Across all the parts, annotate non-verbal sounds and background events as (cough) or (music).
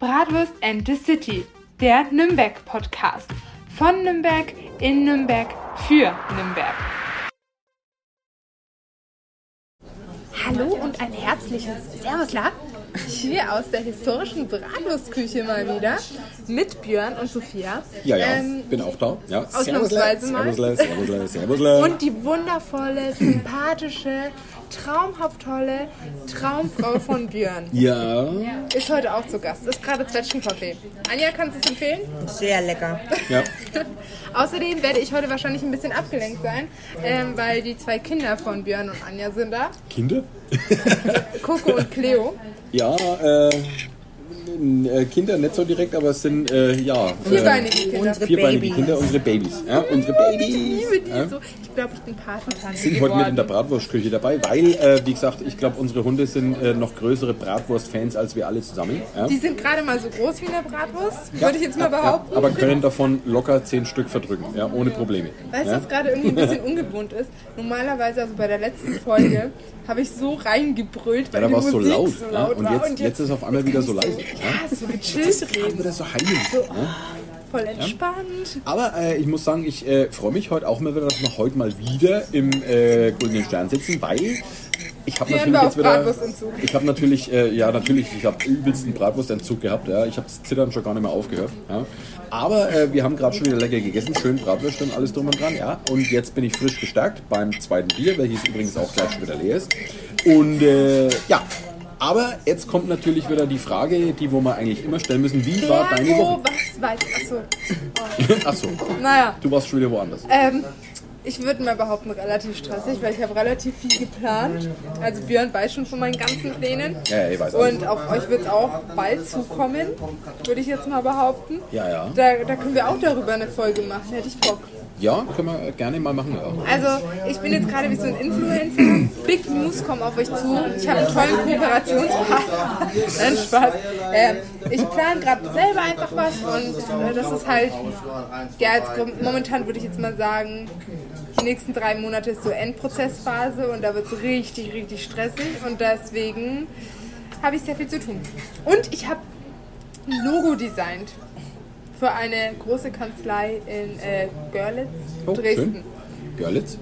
Bratwurst and the City, der Nürnberg-Podcast. Von Nürnberg, in Nürnberg, für Nürnberg. Hallo und ein herzliches Servus, La. Hier aus der historischen Bratwurstküche mal wieder mit Björn und Sophia. Ja, ja, Ähm, bin auch da. Ja. ausnahmsweise mal. Servusle, Servusle, Servusle. Und die wundervolle, sympathische, traumhaft tolle Traumfrau von Björn ja, ist heute auch zu Gast. Ist gerade Zwetschgenkaffee. Anja, kannst du es empfehlen? (laughs) Sehr lecker. ja. Außerdem werde ich heute wahrscheinlich ein bisschen abgelenkt sein, ähm, weil die zwei Kinder von Björn und Anja sind da. Kinder? Coco und Cleo. Ja, äh, n- äh, Kinder nicht so direkt, aber es sind, äh, ja. Äh, Vierbeinige Kinder. Unsere vierbeinige Babys. Kinder, unsere Babys. Ja, unsere Babys. Ich liebe die Ja. so. Ich glaube, ich bin Patentante Sind heute mit in der geworden. Bratwurstküche dabei, weil, äh, wie gesagt, ich glaube, unsere Hunde sind äh, noch größere Bratwurst-Fans als wir alle zusammen. Ja. Die sind gerade mal so groß wie eine Bratwurst, Ja, würde ich jetzt mal ja, behaupten. Ja, aber können davon locker zehn Stück verdrücken, ja, ohne Probleme. Weißt du, ja? was gerade irgendwie ein bisschen ungewohnt ist? Normalerweise, also bei der letzten Folge, habe ich so reingebrüllt, weil Ja, da die war es so Musik laut. so ja, laut und war. jetzt, und jetzt ist es auf einmal wieder so leise. Ja. ja, so gechillt reden, Wieder so heimelig. Ja. voll entspannt. Aber äh, ich muss sagen, ich äh, freue mich heute auch mal wieder, dass wir heute mal wieder im äh, Goldenen Stern sitzen, weil ich habe Wir haben natürlich da jetzt auch wieder. Bratwurstentzug. Ich habe natürlich, äh, ja, natürlich, ich habe übelsten Bratwurstentzug gehabt. Ja. Ich habe das Zittern schon gar nicht mehr aufgehört. Ja. Aber äh, wir haben gerade schon wieder lecker gegessen, schön Bratwürste und alles drum und dran. Ja. Und jetzt bin ich frisch gestärkt beim zweiten Bier, welches übrigens auch gleich schon wieder leer ist. Und äh, ja. Aber jetzt kommt natürlich wieder die Frage, die wo wir eigentlich immer stellen müssen: Wie war deine Ergo, (laughs) Woche? was weiß ich. Achso, Achso, naja. du warst schon wieder woanders. Ähm, ich würde mal behaupten, relativ stressig, weil ich habe relativ viel geplant. Also Björn weiß schon von meinen ganzen Plänen. Ja, ja, ich weiß Also, alles. Und auf euch wird es auch bald zukommen, würde ich jetzt mal behaupten. Ja, ja. Da, da können wir auch darüber eine Folge machen, hätte ich Bock. Ja, können wir gerne mal machen. Ja. Also, ich bin jetzt gerade wie so ein Influencer. Big News kommen auf euch zu. Ich habe einen tollen Kooperationspartner. (laughs) Nein, Spaß. Ähm, ich plane gerade selber einfach was und äh, das ist halt, ja, jetzt, kommt- momentan würde ich jetzt mal sagen, die nächsten drei Monate ist so Endprozessphase und da wird es richtig, richtig stressig und deswegen habe ich sehr viel zu tun. Und ich habe ein Logo designt für eine große Kanzlei in äh, Görlitz, Oh, Dresden. Schön. Görlitz?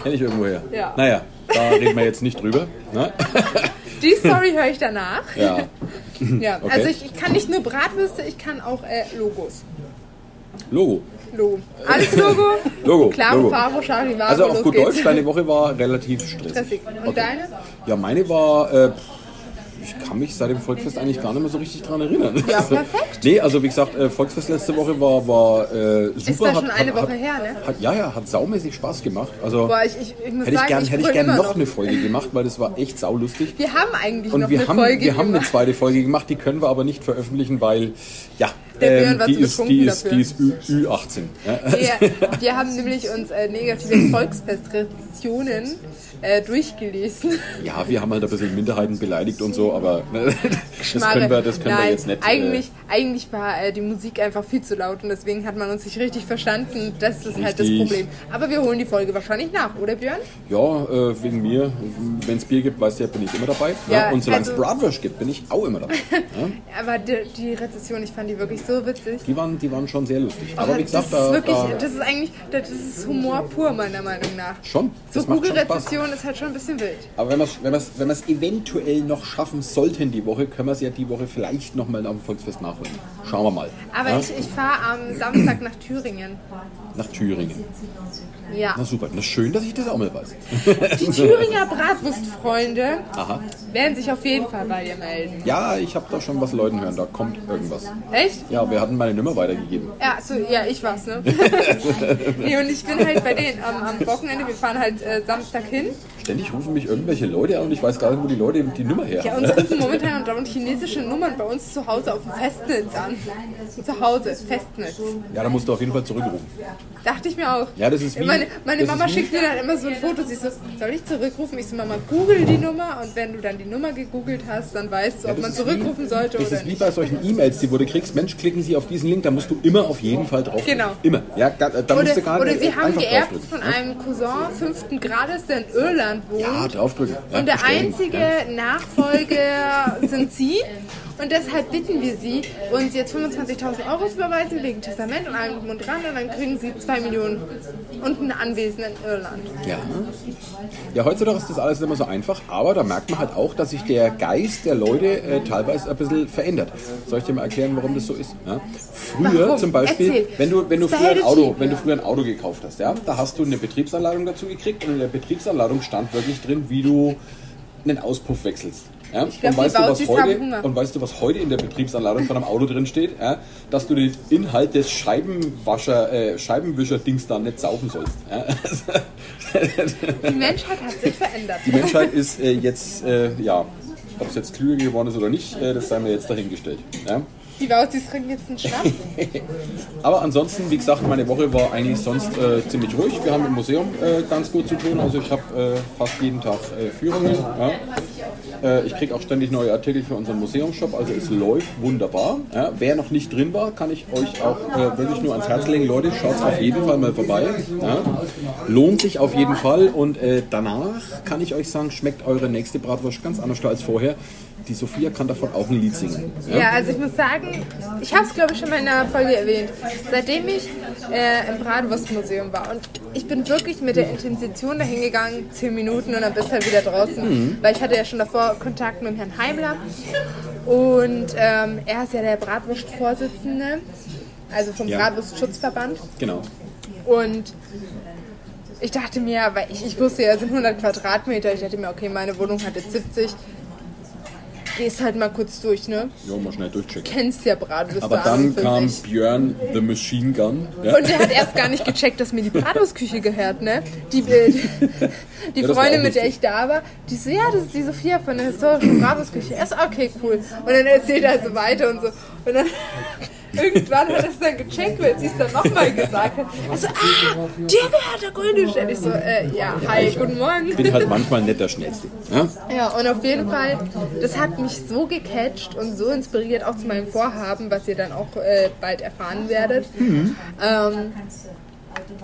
Kenne ich irgendwoher. Ja. Naja, da reden wir jetzt nicht drüber. Ne? Die Story höre ich danach. (laughs) Ja. (laughs) Ja, Okay. also ich, ich kann nicht nur Bratwürste, ich kann auch äh, Logos. Logo. Logo. Alles Logo. Äh, Logo, Klaro, Logo. Faro, Charivari, Also auf los gut geht's. Deutsch, deine Woche (laughs) war relativ stressig. Stressig. Und deine? Ja, meine war. Äh, ich kann mich seit dem Volksfest eigentlich gar nicht mehr so richtig dran erinnern. (laughs) Ja, perfekt. Nee, also wie gesagt, äh, Volksfest letzte Woche war, war äh, super. Ist ja schon eine Woche her, ne? Hat, ja, ja, hat saumäßig Spaß gemacht. Also Boah, ich, ich, ich muss hätte ich sagen, gern, hätte ich brüll gern immer noch, eine Folge gemacht, weil das war echt saulustig. Wir haben eigentlich noch Und wir eine haben, Folge wir haben eine gemacht. zweite Folge gemacht, die können wir aber nicht veröffentlichen, weil, ja, ähm, Der Björn war die, zu ist, betrunken die, ist, dafür. die ist Ü- Ü18. Ja. (laughs) Wir, wir haben nämlich uns äh, negative Volksfestreaktionen äh, durchgelesen. ja, wir haben halt ein bisschen Minderheiten beleidigt und so, aber ne, (laughs) das Schmarre. können wir, das können Nein, wir jetzt nicht. äh, Eigentlich, eigentlich war äh, die Musik einfach viel zu laut und deswegen hat man uns nicht richtig verstanden. Das ist halt das Richtig. Problem. Aber wir holen die Folge wahrscheinlich nach, oder Björn? ja, äh, wegen mir, wenn es Bier gibt, weißt du ja, bin ich immer dabei. Ja, ne? Und solange es also- Bratwurst gibt, bin ich auch (laughs) immer dabei. ja? Aber die, die Rezession, ich fand die wirklich so witzig. Die, waren, die waren schon sehr lustig. Aber wie das gesagt, ist da, wirklich, da das ist eigentlich, das ist Humor pur meiner Meinung nach. schon, So das macht schon Spaß. Google-Rezession ist halt schon ein bisschen wild. Aber wenn wir es wenn wir's- wenn wir's eventuell noch schaffen sollten die Woche, können wir es ja die Woche vielleicht nochmal auf dem Volksfest nachholen. Schauen wir mal. Aber ja? ich, ich fahre am Samstag nach Thüringen. Nach Thüringen. Ja. Na super, na schön, dass ich das auch mal weiß. Die Thüringer Bratwurstfreunde Aha. werden sich auf jeden Fall bei dir melden. Ja, ich habe da schon was Leuten hören, da kommt irgendwas. Echt? Ja, wir hatten meine Nummer weitergegeben. Ja, so, ja, ich war's, (laughs) ne? nee, und ich bin halt bei denen am, am Wochenende, wir fahren halt äh, Samstag hin. Ständig rufen mich irgendwelche Leute an und ich weiß gar nicht, wo die Leute die Nummer her Ja, haben. uns rufen momentan dauernd chinesische Nummern bei uns zu Hause auf dem Festnetz an. Zu Hause, Festnetz. Ja, da musst du auf jeden Fall zurückrufen. Dachte ich mir auch. Ja, das ist wie- meine meine das Mama ist wie- schickt mir dann immer so ein Foto. Sie so, soll ich zurückrufen? Ich so, Mama, google die Nummer. Und wenn du dann die Nummer gegoogelt hast, dann weißt du, ob das man ist zurückrufen sollte Das oder ist wie nicht. bei solchen E-Mails, die wo du kriegst, Mensch, klicken Sie auf diesen Link, da musst du immer auf jeden Fall drauf. Genau. Immer. Ja, da, da musst du Oder, gar oder nicht sie haben einfach ne? geerbt draufdrücken. von einem Cousin fünften Grades, der in Irland wohnt. Ja, draufdrücken. Ja, Und der bestellen. einzige Ja. Nachfolger sind Sie. Und deshalb bitten wir Sie, uns jetzt 25.000 Euro zu überweisen wegen Testament und allem drum und dran. Und dann kriegen Sie 2 Millionen und ein Anwesen in Irland. Ja. Ja, heutzutage ist das alles immer so einfach, aber da merkt man halt auch, dass sich der Geist der Leute äh, teilweise ein bisschen verändert. Soll ich dir mal erklären, warum das so ist? Ja? Früher Warum? zum Beispiel, Erzähl. wenn du, wenn, du Sei früher ein der Auto, Typ. wenn du früher ein Auto gekauft hast, ja, da hast du eine Betriebsanleitung dazu gekriegt und in der Betriebsanleitung stand wirklich drin, wie du einen Auspuff wechselst. Ja? glaub, und, weißt die du, was Bautis heute, haben Hunger. und weißt du, was heute in der Betriebsanleitung von einem Auto drin steht? Ja? Dass du den Inhalt des Scheibenwascher, äh, Scheibenwischer-Dings da nicht saufen sollst. Ja? Die Menschheit hat sich verändert. Die (laughs) Menschheit ist äh, jetzt, äh, ja, ob es jetzt klüger geworden ist oder nicht, äh, das sei mir jetzt dahingestellt. Ja? Die Bautis trinken jetzt einen Schnaps. Aber ansonsten, wie gesagt, meine Woche war eigentlich sonst äh, ziemlich ruhig. Wir haben im Museum äh, ganz gut zu tun. Also ich habe äh, fast jeden Tag äh, Führungen. Ja. Äh, ich kriege auch ständig neue Artikel für unseren Museumshop. Also es läuft wunderbar. Ja. Wer noch nicht drin war, kann ich euch auch äh, wirklich nur ans Herz legen. Leute, schaut auf jeden Fall mal vorbei. Ja. Lohnt sich auf jeden Fall. Und äh, danach kann ich euch sagen, schmeckt eure nächste Bratwurst ganz anders als vorher. Die Sophia kann davon auch ein Lied singen. Ja, also ich muss sagen, ich habe es glaube ich schon mal in einer Folge erwähnt, seitdem ich äh, im Bratwurstmuseum war und ich bin wirklich mit der Intention dahin gegangen, zehn Minuten und dann bist du halt wieder draußen, weil ich hatte ja schon davor Kontakt mit Herrn Heimler und ähm, er ist ja der Bratwurstvorsitzende, also vom Ja. Bratwurstschutzverband Genau. und ich dachte mir, weil ich, ich wusste ja, es sind 100 Quadratmeter, ich dachte mir, okay, meine Wohnung hat jetzt 70, gehst halt mal kurz durch, ne? Jo, mal schnell durchchecken. kennst ja Bratwürste Aber an dann und für kam sich. Björn the Machine Gun. Ja. Und der hat erst gar nicht gecheckt, dass mir die Bratwurstküche gehört, ne? Die, äh, die Ja, das war Freundin, auch mit der ich da war, die so, ja, das ist die Sophia von der historischen Bratwurstküche. Er so, okay, cool. Und dann erzählt er so weiter und so. Und dann... (laughs) Irgendwann hat er es dann gecheckt, weil sie es dann nochmal gesagt hat. Also, ah, dir gehört der Grüne. Und ich so, äh, ja, hi, guten Morgen. bin halt manchmal nicht der Schnellste. Ja? Ja, und auf jeden Fall, das hat mich so gecatcht und so inspiriert auch zu meinem Vorhaben, was ihr dann auch äh, bald erfahren werdet. Ähm,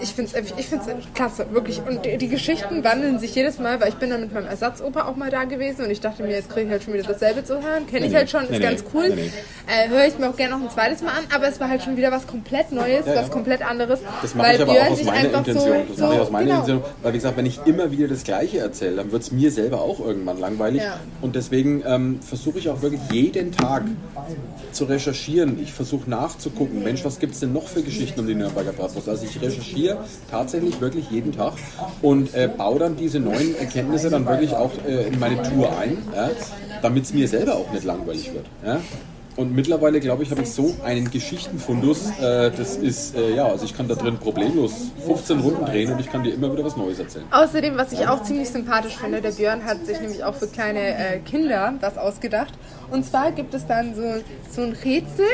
ich finde es ich find's klasse, wirklich. Und die, die Geschichten wandeln sich jedes Mal, weil ich bin dann mit meinem Ersatzopa auch mal da gewesen und ich dachte mir, jetzt kriege ich halt schon wieder dasselbe zu hören. Kenne ich Nee, halt schon, ist nee, nee, ganz cool. nee, Äh, Höre ich mir auch gerne noch ein zweites Mal an, aber es war halt schon wieder was komplett Neues, was komplett anderes. Das mache ich weil aber Björn auch aus sich meiner einfach Intention. So, das mache ich aus so- meiner genau. Intention. Weil, wie gesagt, wenn ich immer wieder das Gleiche erzähle, dann wird es mir selber auch irgendwann langweilig. Ja. Und deswegen ähm, versuche ich auch wirklich jeden Tag zu recherchieren. Ich versuche nachzugucken, Mensch, was gibt es denn noch für Geschichten um die Nürnberger Bratwurst? Also ich recherchiere tatsächlich wirklich jeden Tag und äh, baue dann diese neuen Erkenntnisse dann wirklich auch äh, in meine Tour ein, ja, damit es mir selber auch nicht langweilig wird. Ja? Und mittlerweile, glaube ich, habe ich so einen Geschichtenfundus, äh, das ist, äh, ja, also ich kann da drin problemlos 15 Runden drehen und ich kann dir immer wieder was Neues erzählen. Außerdem, was ich auch ziemlich sympathisch finde, der Björn hat sich nämlich auch für kleine äh, Kinder was ausgedacht. Und zwar gibt es dann so, so ein Rätsel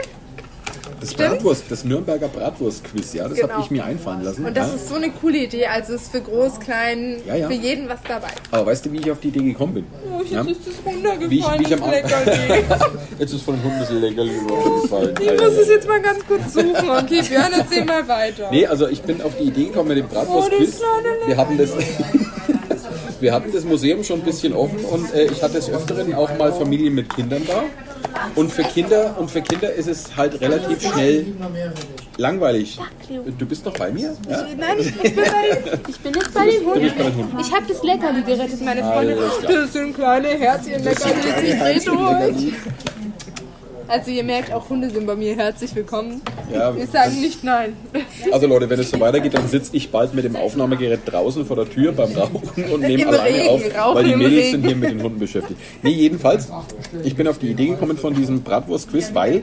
Das Stimmt's? Bratwurst, das Nürnberger Bratwurst-Quiz, ja, das Genau. habe ich mir einfallen lassen. und das ja. ist so eine coole Idee. Also ist für groß, klein, Ja, ja. für jeden was dabei. Aber weißt du, wie ich auf die Idee gekommen bin? Oh, jetzt Ja? ist das Wie ich, wie runtergefallen. ich am das Leckerli. Anfang. jetzt ist von dem Hund ein bisschen leckerli (laughs) runtergefallen. Ich muss es jetzt mal ganz kurz suchen. Okay, Björn, erzähl mal weiter. Nee, also ich bin auf die Idee gekommen mit dem Bratwurst-Quiz. Oh, das kleine Wir hatten das. Wir hatten das (laughs) Museum schon ein bisschen offen und äh, ich hatte des Öfteren auch mal Familien mit Kindern da. Und für Kinder, und für Kinder ist es halt relativ schnell langweilig. Du bist noch bei mir? Ja? Nein, ich, ich, bin bei den, ich bin jetzt bei den Du bist bei Hunden. den Hunden. Ich habe das Leckerli gerettet, meine Freunde. Alles klar. Das sind kleine Herzchen, Leckerli, ich rede euch. Also ihr merkt, auch Hunde sind bei mir herzlich willkommen. Ja, Wir sagen nicht nein. also Leute, wenn es so weitergeht, dann sitze ich bald mit dem Aufnahmegerät draußen vor der Tür beim Rauchen und nehme Im alleine Regen, auf, Rauchen weil die im Mädels Regen. sind hier mit den Hunden beschäftigt. Nee, jedenfalls, ich bin auf die Idee gekommen von diesem Bratwurst-Quiz, weil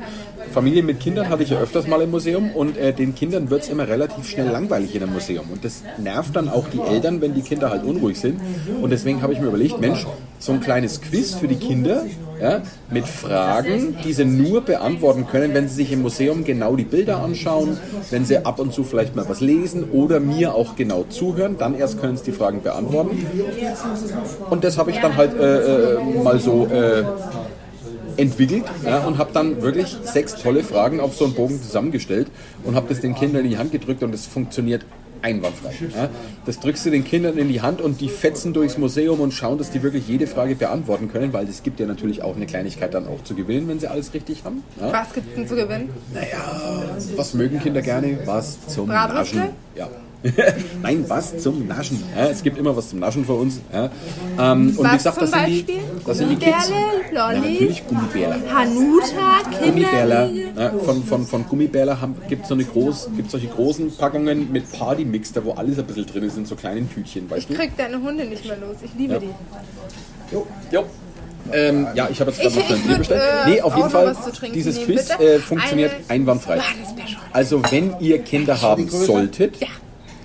Familien mit Kindern hatte ich ja öfters mal im Museum und äh, den Kindern wird es immer relativ schnell langweilig in einem Museum. Und das nervt dann auch die Eltern, wenn die Kinder halt unruhig sind. Und deswegen habe ich mir überlegt, Mensch, so ein kleines Quiz für die Kinder ja, mit Fragen, die sie nur beantworten können, wenn sie sich im Museum genau die Bilder anschauen, wenn sie ab und zu vielleicht mal was lesen oder mir auch genau zuhören, dann erst können sie die Fragen beantworten. Und das habe ich dann halt äh, äh, mal so äh, entwickelt ja, und habe dann wirklich sechs tolle Fragen auf so einen Bogen zusammengestellt und habe das den Kindern in die Hand gedrückt und es funktioniert einwandfrei. Ja? Das drückst du den Kindern in die Hand und die fetzen durchs Museum und schauen, dass die wirklich jede Frage beantworten können, weil es gibt ja natürlich auch eine Kleinigkeit dann auch zu gewinnen, wenn sie alles richtig haben. Ja? Was gibt's denn zu gewinnen? Naja, was mögen Kinder gerne? Was zum Bratwürste? Naschen. Ja. (laughs) Nein, was zum Naschen. Ja, es gibt immer was zum Naschen für uns. Ja. Ähm, und wie Was gesagt, das zum sind die, Beispiel? das sind die Kids. Gummibärle, Ja, Lollis? natürlich Gummibärle. Hanuta, Gummibärler. Kinderriegel. Ja, von, von, von Gummibärler gibt es so eine groß, gibt's solche großen Packungen mit Partymixer, wo alles ein bisschen drin ist in so kleinen Tütchen, weißt du? Krieg deine Hunde nicht mehr los. Ich liebe die. Jo. Jo. Ähm, ja, ich habe jetzt gerade Ich- noch ein ich Bier würd, bestellt. äh, nee, auf auch jeden noch Fall, was zu trinken dieses nehmen, Quiz bitte. äh, funktioniert Eine- einwandfrei. das wär schon- Also, wenn ihr Kinder haben solltet,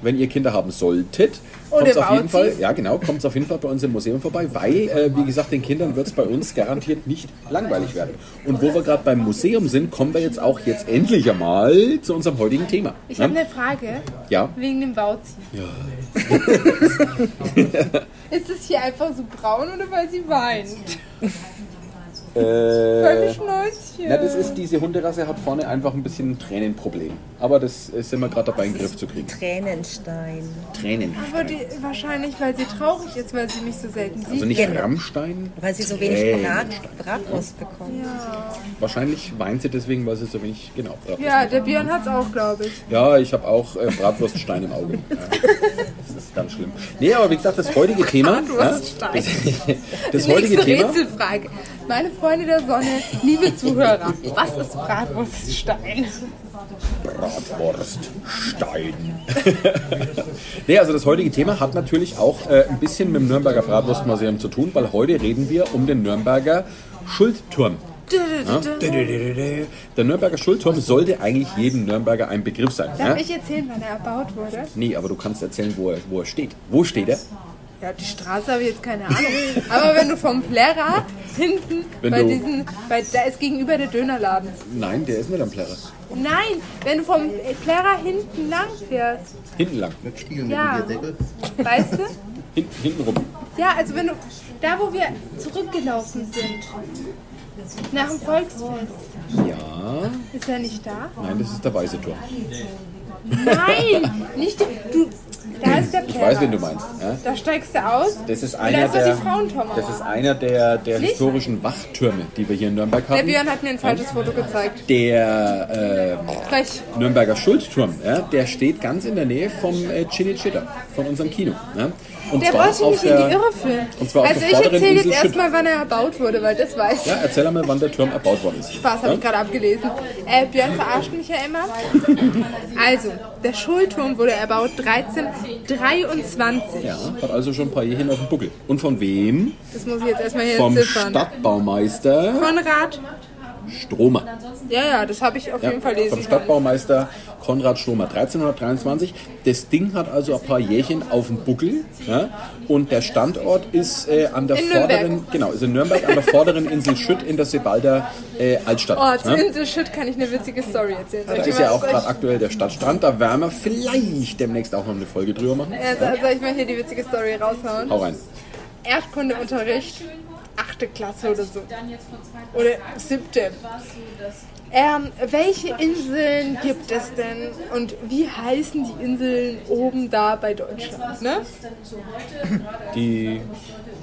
wenn ihr Kinder haben solltet, Oder kommt es auf jeden Bauzis. Fall, ja genau, kommt auf jeden Fall bei uns im Museum vorbei, weil, äh, wie gesagt, den Kindern wird es bei uns garantiert nicht langweilig werden. Und wo wir gerade beim Museum sind, kommen wir jetzt auch jetzt endlich einmal zu unserem heutigen Thema. Ich Ne? habe eine Frage ja. wegen dem Bauzi. (laughs) Ist es hier einfach so braun oder weil sie weint? Weil Äh, ich Schnäuzchen. na, das ist, diese Hunderasse hat vorne einfach ein bisschen ein Tränenproblem. Aber das äh, sind wir gerade dabei, in den Griff zu kriegen. Tränenstein. Tränen. Aber die, wahrscheinlich, weil sie traurig ist, weil sie mich so selten sieht. Also nicht Genau. Rammstein. Weil sie so wenig Brat, Bratwurst bekommen. Wahrscheinlich weint sie deswegen, weil sie so wenig. Genau. Bratwurst ja, macht. der Björn hat's auch, glaube ich. ja ich habe auch äh, Bratwurststein im Auge. Ja. Das ist ganz schlimm. Nee, aber wie gesagt, das heutige Thema. Ja, das, das (laughs) heutige Nächste Thema. Rätselfrage. Meine Freunde der Sonne, liebe Zuhörer, was ist Bratwurststein? Bratwurststein. (laughs) nee, also das heutige Thema hat natürlich auch äh, ein bisschen mit dem Nürnberger Bratwurstmuseum zu tun, weil heute reden wir um den Nürnberger Schuldturm. Ja? Der Nürnberger Schuldturm sollte eigentlich jedem Nürnberger ein Begriff sein. Ja? Darf ich erzählen, wann er erbaut wurde? Nee, aber du kannst erzählen, wo er, wo er steht. Wo steht er? Ja, die Straße habe ich jetzt keine Ahnung. Aber wenn du vom Plärrer hinten Wenn bei du- diesen, bei, da ist gegenüber der Dönerladen. Nein, der ist nicht am Plärrer. Nein, wenn du vom Plärrer hinten lang fährst, Hinten lang. Ja. weißt du? Hin, hinten rum. Ja, also wenn du da, wo wir zurückgelaufen sind, nach dem Volksfest, Ja. ist er nicht da? Nein, das ist der weiße Turm. Nein, nicht du. Da ist der Plärrer. Ich weiß, wen du meinst. Ja? Da steigst du aus. Das ist und da einer ist doch der, die Frauentormauer. das ist einer der, der Nicht? historischen Wachtürme, die wir hier in Nürnberg der haben. Björn hat mir ein falsches Foto gezeigt. Der Frech. äh, Nürnberger Schuldturm, ja, der steht ganz in der Nähe vom äh, Chinichita, von unserem Kino. Ja? Und Der zwar wollte auf mich in die Irre führen. und zwar auf also der ich vorderen erzähle jetzt Insel Schütt. erstmal, wann er erbaut wurde, weil das weiß ich. Ja, erzähl einmal, wann der Turm erbaut worden ist. Spaß, habe ja? ich gerade abgelesen. Äh, Björn verarscht mich ja immer. Also, der Schulturm wurde erbaut 1323. Ja, hat also schon ein paar Jährchen auf dem Buckel. Und von wem? Das muss ich jetzt erstmal hier Vom entziffern. Stadtbaumeister Konrad, Stromer. ja, ja, das habe ich halt. auf Ja, jeden Fall vom lesen können. Stadtbaumeister Konrad Stromer 1323. Das Ding hat also ein paar Jährchen auf dem Buckel. Ja? Und der Standort ist äh, an der In Nürnberg. vorderen, genau, ist in Nürnberg an der vorderen Insel Schütt in der Sebalder äh, Altstadt. Oh, zu ja? Insel Shit kann ich eine witzige Story erzählen. Soll Da ich ist dir ja mal- auch gerade aktuell der Stadtstrand. Da werden wir vielleicht demnächst auch noch eine Folge drüber machen. Äh, soll- soll ich mal hier die witzige Story raushauen? Hau rein. Erdkundeunterricht, achte Klasse oder so. Oder siebte. Ähm, welche Inseln gibt es denn und wie heißen die Inseln oben da bei Deutschland? Ne? Die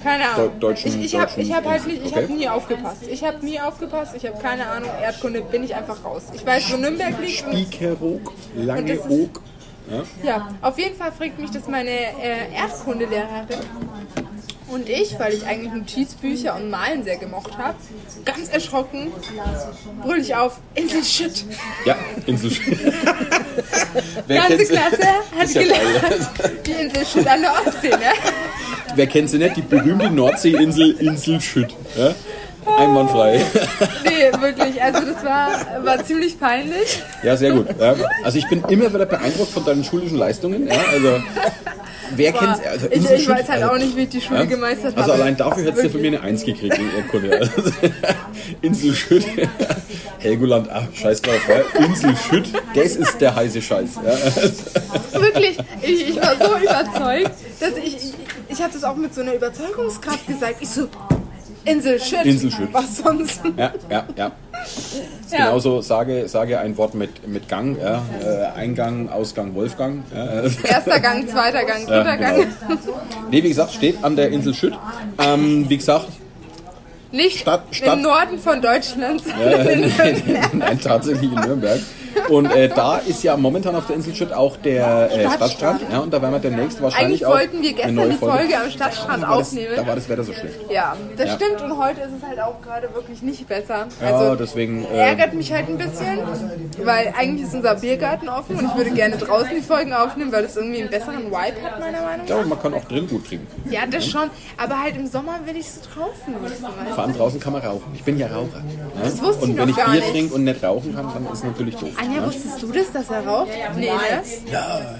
Keine Ahnung. Deu- deutschen- ich ich habe deutschen ich hab halt nicht, ich hab Okay. nie aufgepasst. Ich habe nie aufgepasst. Ich habe keine Ahnung. Erdkunde bin ich einfach raus. Ich weiß, wo Nürnberg liegt. Und, Spiekeroog, das ist- Langeoog. Ja? ja, auf jeden Fall fragt mich das meine äh, Erdkundelehrerin. Und ich, weil ich eigentlich Notizbücher und Malen sehr gemocht habe, ganz erschrocken, brüll ich auf, Insel Shit. Ja, Insel Schütt. Wer Ganze kennt's- (laughs) Klasse hat Ist ja gelernt, (laughs) die Insel Shit an der Ostsee, ne? Wer kennt sie nicht? Die berühmte Nordseeinsel Insel Schütt. Ja? Einwandfrei. Nee, wirklich, also das war, war ziemlich peinlich. Ja, sehr gut. Ja. Also ich bin immer wieder beeindruckt von deinen schulischen Leistungen. Ja? Also wer kennt also ich, Insel ich weiß Schütt, halt also- auch nicht, wie ich die Schule Ja? gemeistert habe. Also allein dafür hättest du von mir eine Eins gekriegt in Erdkunde. Also, (laughs) Insel Schütt. Helgoland, ach, scheiß drauf. Ja? Insel Schütt, das ist der heiße Scheiß. Ja? Wirklich, ich, ich war so überzeugt, dass ich, ich, ich habe das auch mit so einer Überzeugungskraft gesagt. Ich so, Insel Shit. Insel Shit. genau Was sonst? Ja, ja, ja. Ja. Genauso sage, sage ein Wort mit, mit Gang, ja, äh, Eingang, Ausgang, Wolfgang. Ja, (laughs) äh, Erster Gang, zweiter Gang, dritter Ja, Gang. genau. nee, wie gesagt, steht an der Insel Schütt. Ähm, wie gesagt, Nicht Stadt- Stadt- im Norden von Deutschland, sondern in (laughs) nein, tatsächlich in Nürnberg. Und äh, da ist ja momentan auf der Insel Schütt auch der äh, Stadtstrand. Ja, und da werden wir demnächst wahrscheinlich Eigentlich auch wollten wir eine gestern neue die Folge, Folge am Stadtstrand Da war das- aufnehmen. Da war das Wetter so schlecht. ja, das Ja. stimmt und heute ist es halt auch gerade wirklich nicht besser. Ja, Also deswegen. Äh, ärgert mich halt ein bisschen, weil eigentlich ist unser Biergarten offen und ich würde gerne draußen die Folgen aufnehmen, weil das irgendwie einen besseren Vibe hat, meiner Meinung ich glaube, man kann auch drin gut trinken. nach. Ja, das schon, aber halt im Sommer will ich so draußen nicht so weit. Vor allem draußen kann man rauchen. Ich bin ja Raucher. Ja? Das wusste ich und noch wenn ich gar Bier nicht. trinke und nicht rauchen kann, dann ist natürlich doof. Anja, wusstest du das, dass er raucht? Nee, ne?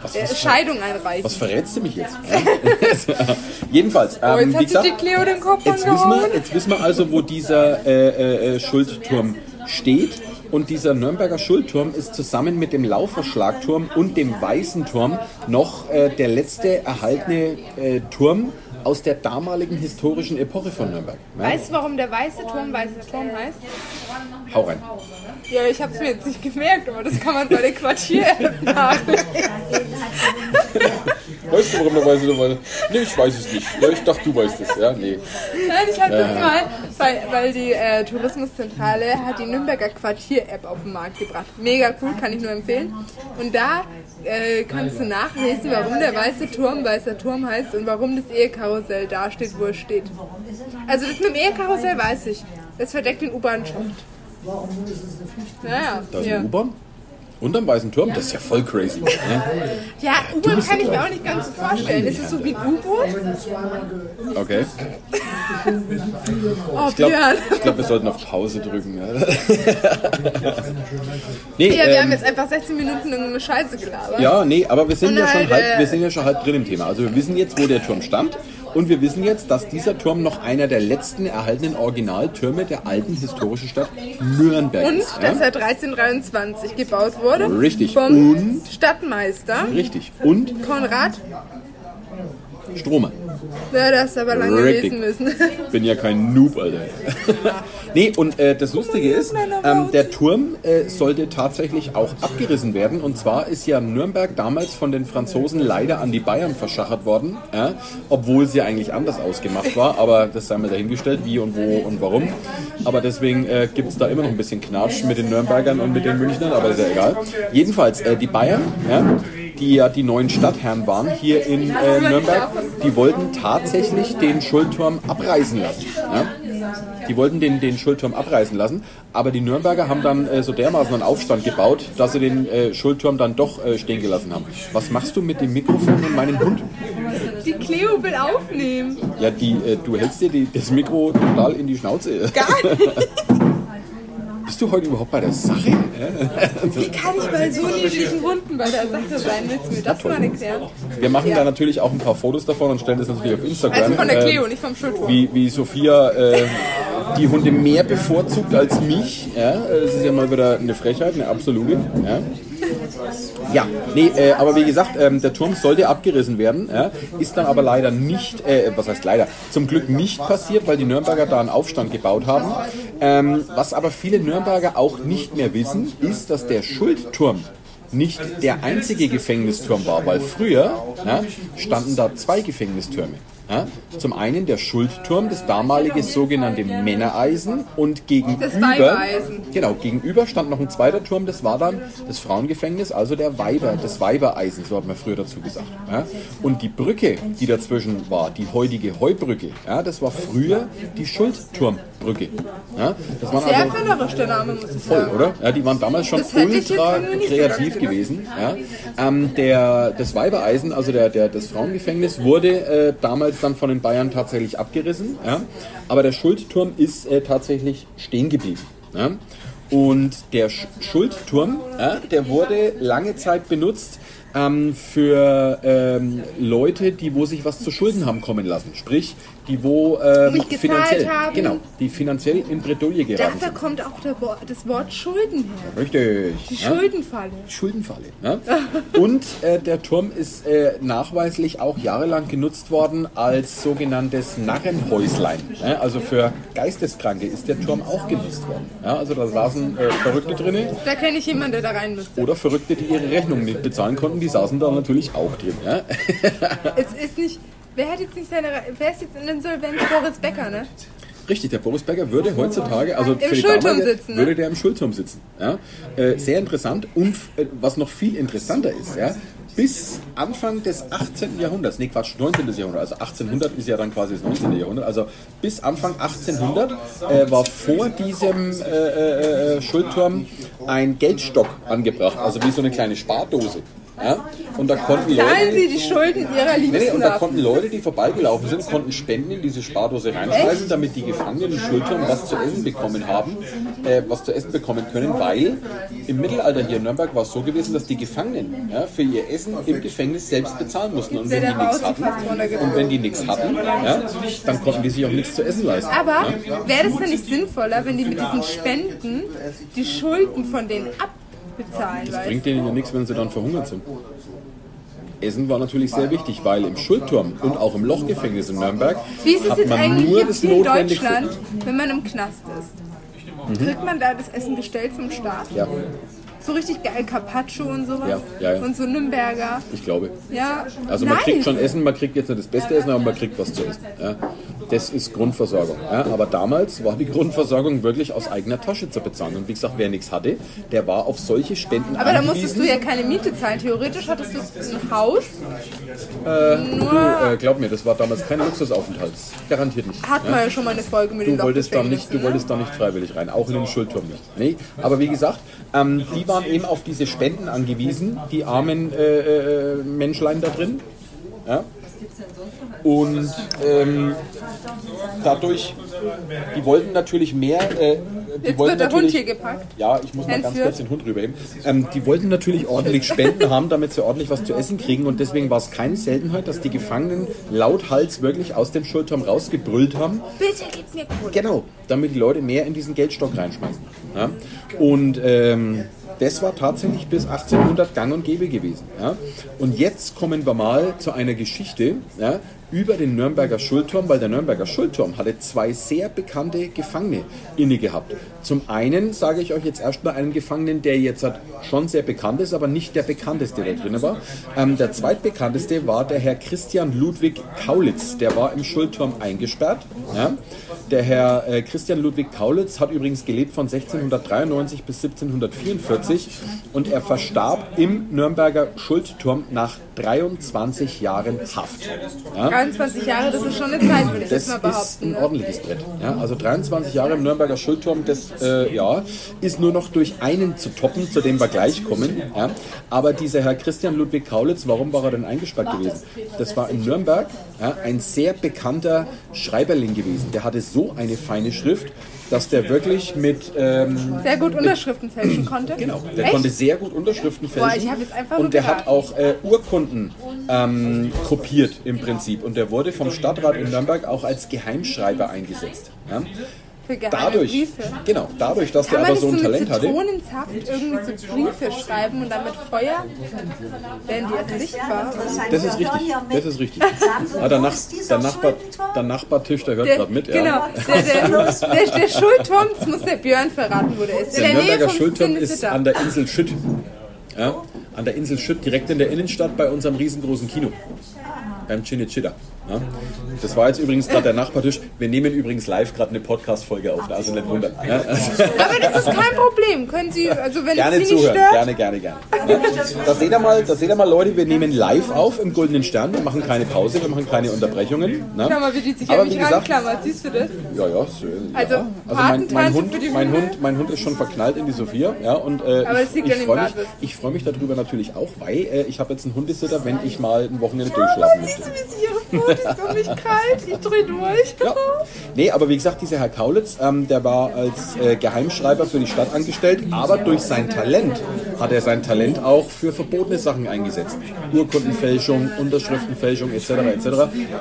Was, Äh, was, Scheidung einreichen. was verrätst du (laughs) mich jetzt? Ja? (laughs) Jedenfalls, Oh, ähm, jetzt wie hat sich die gesagt, Cleo den Kopf jetzt wissen, angehauen. wir, jetzt wissen wir also, wo dieser äh, äh, äh, Schuldturm steht. Und dieser Nürnberger Schuldturm ist zusammen mit dem Lauferschlagturm und dem Weißen Turm noch äh, der letzte erhaltene äh, Turm aus der damaligen historischen Epoche von Nürnberg. Ja? Weißt du, warum der weiße Turm weißer Turm heißt? Hau rein. Ja, ich hab's mir jetzt nicht gemerkt, aber das kann man bei der (laughs) Quartier-App nachlesen. Weißt du, warum der Weiße Turm? Nee, ich weiß es nicht. Ja, ich dachte, du weißt es. Ja, nee. Nein, ich hab das mal, weil, weil die äh, Tourismuszentrale hat die Nürnberger Quartier-App auf den Markt gebracht. Mega cool, kann ich nur empfehlen. Und da äh, kannst du nachlesen, warum der weiße Turm weißer Turm heißt und warum das Ehekarussell da steht, wo es steht. Also das mit dem Ehekarussell weiß ich. Das verdeckt den U-Bahn-Schacht. Naja, Da ist hier. eine U-Bahn. Also Unterm Weißen Turm? Das ist ja voll crazy. Ne? Ja, U-Bahn kann ich mir auch nicht ganz so vorstellen. Ist es so wie ein U-Boot? Okay. Oh, Ich Björn. glaube, glaub, wir sollten auf Pause drücken. Ja. (laughs) nee, Ja, wir haben ähm, jetzt einfach 16 Minuten irgendeine Scheiße gelabert. ja, nee, aber wir sind Und ja, schon halt, halb, äh, wir sind ja schon halb drin im Thema. Also wir wissen jetzt, wo der Turm stand. Und wir wissen jetzt, dass dieser Turm noch einer der letzten erhaltenen Originaltürme der alten historischen Stadt Nürnberg Und ist. dass ja? er 1323 gebaut wurde. Richtig. Vom Und? Stadtmeister Richtig. Und Konrad. Stromer. Ja, das ist aber lange Richtig. lesen müssen. bin ja kein Noob, Alter. (laughs) nee, und äh, das Lustige ist, ähm, der Turm äh, sollte tatsächlich auch abgerissen werden. Und zwar ist ja Nürnberg damals von den Franzosen leider an die Bayern verschachert worden, ja, obwohl sie eigentlich anders ausgemacht war. Aber das sei mal dahingestellt, wie und wo und warum. Aber deswegen äh, gibt es da immer noch ein bisschen Knatsch mit den Nürnbergern und mit den Münchnern, aber ist ja egal. Jedenfalls, äh, die Bayern, ja, die ja die neuen Stadtherren waren hier in äh, Nürnberg, die wollten tatsächlich den Schuldturm abreißen lassen. Ja? Die wollten den, den Schuldturm abreißen lassen, aber die Nürnberger haben dann äh, so dermaßen einen Aufstand gebaut, dass sie den äh, Schuldturm dann doch äh, stehen gelassen haben. Was machst du mit dem Mikrofon und meinem Hund? Die Cleo will aufnehmen. Ja, die, äh, du hältst dir die, das Mikro total in die Schnauze. Gar nicht. Bist du heute überhaupt bei der Sache? (laughs) Wie kann ich bei so niedlichen Runden bei der Sache sein? Willst du mir das mal erklären? Wir machen da natürlich auch ein paar Fotos davon und stellen das natürlich auf Instagram. Also von der Ähm, Cleo, nicht vom Schulturm. wie, wie Sophia äh, die Hunde mehr bevorzugt als mich. Ja, äh, es ist ja mal wieder eine Frechheit, eine absolute. Ja. Ja, nee, äh, aber wie gesagt, ähm, der Turm sollte abgerissen werden, ja, ist dann aber leider nicht, äh, was heißt leider, zum Glück nicht passiert, weil die Nürnberger da einen Aufstand gebaut haben. Ähm, was aber viele Nürnberger auch nicht mehr wissen, ist, dass der Schuldturm nicht der einzige Gefängnisturm war, weil früher ja, standen da zwei Gefängnistürme. Ja. Zum einen der Schuldturm, das damalige sogenannte Männereisen und gegenüber Weibereisen. Genau, gegenüber stand noch ein zweiter Turm, das war dann das Frauengefängnis, also der Weiber, das Weibereisen, so hat man früher dazu gesagt. Ja? Und die Brücke, die dazwischen war, die heutige Heubrücke, ja, das war früher die Schuldturmbrücke. Ja? Das waren Sehr also erfinderisch, der Name muss ich voll, sagen. oder? Ja, die waren damals schon Das hätte ich jetzt ultra irgendwie nicht kreativ gedacht. gewesen. Ja? Ähm, der, das Weibereisen, also der, der, das Frauengefängnis, wurde äh, damals dann von den Bayern tatsächlich abgerissen. Ja? Aber der Schuldturm ist äh, tatsächlich stehen geblieben. Ja? Und der Sch Schuldturm, ja, der wurde lange Zeit benutzt ähm, ähm, für ähm, Leute, die wo sich was zu Schulden haben kommen lassen. Sprich, die wo ähm, Nicht gezahlt finanziell, haben. genau, die finanziell in Bredouille geraten Dafür sind. kommt auch der Wo- das Wort Schulden her. Richtig. Die ja? Schuldenfalle. Schuldenfalle. Ne? Und äh, der Turm ist äh, nachweislich auch jahrelang genutzt worden als sogenanntes Narrenhäuslein. Ne? Also für Geisteskranke ist der Turm auch genutzt worden. Ja? Also da saßen äh, Verrückte drinnen Da kenne ich jemanden, der da rein müsste. oder Verrückte, die ihre Rechnung nicht bezahlen konnten, die saßen da natürlich auch drin. Ne? Es ist nicht. Wer hat jetzt nicht seine. Re- Wer ist jetzt in Insolvenz? Boris Becker, ne? Richtig, der Boris Becker würde heutzutage, also für die Schulturm damalige- sitzen, ne? würde der im Schulturm sitzen. Ja? Äh, sehr interessant und äh, was noch viel interessanter ist, ja, bis Anfang des 18. Jahrhunderts, nee Quatsch, 19. Jahrhundert, also 1800 ist ja dann quasi das 19. Jahrhundert, also bis Anfang 1800 äh, war vor diesem äh, äh, äh, Schulturm ein Geldstock angebracht, also wie so eine kleine Spardose. Ja? Und da konnten Zahlen Leute... Sie die Schulden Ihrer Nee, nee, und Liebsten da ab. konnten Leute, die vorbeigelaufen sind, konnten Spenden in diese Spardose reinschmeißen, damit die Gefangenen in Schultern was zu essen bekommen haben, äh, was zu essen bekommen können, weil im Mittelalter hier in Nürnberg war es so gewesen, dass die Gefangenen ja, für ihr Essen im Gefängnis selbst bezahlen mussten. Und wenn die nichts hatten, und wenn die nichts hatten, ja, dann konnten die sich auch nichts zu essen leisten. Aber wäre das denn nicht sinnvoller, wenn die mit diesen Spenden die Schulden von denen abbezahlen? weißt Bringt denen ja nichts, wenn sie dann verhungert sind. Essen war natürlich sehr wichtig, weil im Schulturm und auch im Lochgefängnis in Nürnberg Wie ist es hat jetzt man eigentlich nur jetzt das hier in Notwendigste. Deutschland, wenn man im Knast ist? Kriegt man da das Essen gestellt vom Staat? Ja, So richtig geil Carpaccio und sowas? Ja, ja, ja. Und so Nürnberger? ich glaube. Ja, Also man nice. kriegt schon Essen, man kriegt jetzt nicht das beste Essen, aber man kriegt was zu essen. Ja. Das ist Grundversorgung. Ja. Aber damals war die Grundversorgung wirklich aus eigener Tasche zu bezahlen. Und wie gesagt, wer nichts hatte, der war auf solche Spenden Aber da musstest angewiesen. du ja keine Miete zahlen. Theoretisch hattest du ein Haus. du, äh, glaub mir, das war damals kein Luxusaufenthalt. Garantiert nicht. Hat man ja schon mal eine Folge mit den ne? Du wolltest, da nicht, du Lochgefängnissen, wolltest da nicht freiwillig rein, auch in den Schulturm nicht. Nee, aber wie gesagt, ähm, die waren eben auf diese Spenden angewiesen, die armen äh, äh, Menschlein da drin. Ja? Und ähm, dadurch, die wollten natürlich mehr. Äh, die Jetzt wollten wird der Hund natürlich- hier gepackt. ja, ich muss mal ganz Entführt. kurz den Hund rüberheben. Ähm, die wollten natürlich ordentlich Spenden haben, damit sie ordentlich was zu essen kriegen. Und deswegen war es keine Seltenheit, dass die Gefangenen lauthals wirklich aus dem Schulturm rausgebrüllt haben. Bitte gib mir Kohle. Genau, damit die Leute mehr in diesen Geldstock reinschmeißen. Ja? Und ähm, das war tatsächlich bis 1800 gang und gäbe gewesen. Ja? Und jetzt kommen wir mal zu einer Geschichte ja, über den Nürnberger Schulturm, weil der Nürnberger Schulturm hatte zwei sehr bekannte Gefangene inne gehabt. Zum einen sage ich euch jetzt erstmal einen Gefangenen, der jetzt hat schon sehr bekannt ist, aber nicht der bekannteste, der drin war. Ähm, der zweitbekannteste war der Herr Christian Ludwig Kaulitz. Der war im Schulturm eingesperrt. Ja? Der Herr äh, Christian Ludwig Kaulitz hat übrigens gelebt von 1693 bis 1744 und er verstarb im Nürnberger Schuldturm nach 23 Jahren Haft. Ja? 23 Jahre, das ist schon eine Zeit, würde ich Ah? Das jetzt mal ist behaupten. ein ne? ordentliches Brett. Ja, also 23 Jahre im Nürnberger Schulturm, das äh, ja, ist nur noch durch einen zu toppen, zu dem wir gleich kommen. Ja. Aber dieser Herr Christian Ludwig Kaulitz, warum war er denn eingesperrt gewesen? Das war in Nürnberg ja, ein sehr bekannter Schreiberling gewesen. Der hatte so eine feine Schrift, dass der wirklich mit... Ähm, Sehr gut Unterschriften fälschen konnte. Genau, der Echt? konnte sehr gut Unterschriften fälschen. Boah, ich hab jetzt einfach nur und der hat gedacht. auch äh, Urkunden ähm, kopiert Genau. im Prinzip. Und der wurde vom Stadtrat in Nürnberg auch als Geheimschreiber eingesetzt. Ja? Für geheime Dadurch, Briefe. genau, dadurch, dass Kann der man nicht aber so so ein mit Talent hatte. Zitronensaft irgendwie so Briefe schreiben und dann mit Feuer werden die erst sichtbar? Das ist richtig, das ist richtig. Ah, der, Nach der, Nachbar, der Nachbartisch, der hört Der, gerade mit. genau, Ja. der, der, der, der Schulturm, das muss der Björn verraten, wo der ist. Der Nürnberger Schulturm ist Sitter. an der Insel Schütt. Ja? An der Insel Schütt, direkt in der Innenstadt bei unserem riesengroßen Kino. Beim Chinichita. Ja? Das war jetzt übrigens gerade der Nachbartisch. Wir nehmen übrigens live gerade eine Podcast-Folge auf, also nicht wundern. Ja? Also, Aber das ist kein Problem. Können Sie, also wenn gerne es Sie nicht zuhören, stört, gerne, gerne, gerne. Ja? Da seht ihr mal, da seht ihr mal, Leute, wir nehmen live auf im Goldenen Stern. Wir machen keine Pause, wir machen keine Unterbrechungen. ne? schau mal, wie die sich Aber an mich wie gesagt, ranklammert. Siehst du das? Ja, ja, schön. Also, ja. also mein, mein, Patentasche Hund, für die mein, Hunde? Hund, mein Hund ist schon verknallt in die Sophia. Ja, und, äh, Aber ich, es liegt ich an dem freue mich, Bratwurst. ich freu mich darüber natürlich auch, weil äh, ich habe jetzt einen Hundesitter, wenn ich mal ein Wochenende durchschlafen möchte. Siehst du, wie sie ihre Pfote ist um mich kalt? Ich dreh durch. Ja. Nee, aber wie gesagt, dieser Herr Kaulitz, ähm, der war als äh, Geheimschreiber für die Stadt angestellt, aber durch sein Talent hat er sein Talent auch für verbotene Sachen eingesetzt. Urkundenfälschung, Unterschriftenfälschung etc. etc.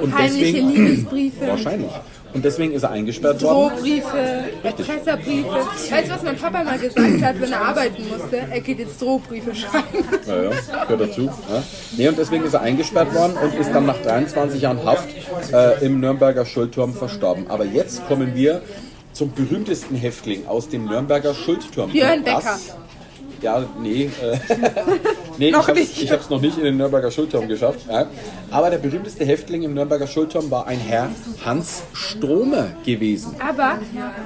Und Heimliche deswegen Liebesbriefe, (clears throat) wahrscheinlich. Und deswegen ist er eingesperrt worden. Drohbriefe, Erpresserbriefe. Weißt du, was mein Papa mal gesagt hat, wenn er arbeiten musste? Er geht jetzt Drohbriefe schreiben. Ja, ja, gehört dazu. Ja. Nee, und deswegen ist er eingesperrt worden und ist dann nach 23 Jahren Haft äh, im Nürnberger Schuldturm verstorben. Aber jetzt kommen wir zum berühmtesten Häftling aus dem Nürnberger Schuldturm. Björn Und das- Becker. Ja, nee. Äh, (laughs) nee Noch ich hab's- nicht. ich habe es noch nicht in den Nürnberger Schuldturm geschafft. Ja. Aber der berühmteste Häftling im Nürnberger Schuldturm war ein Herr Hans Stromer gewesen. Aber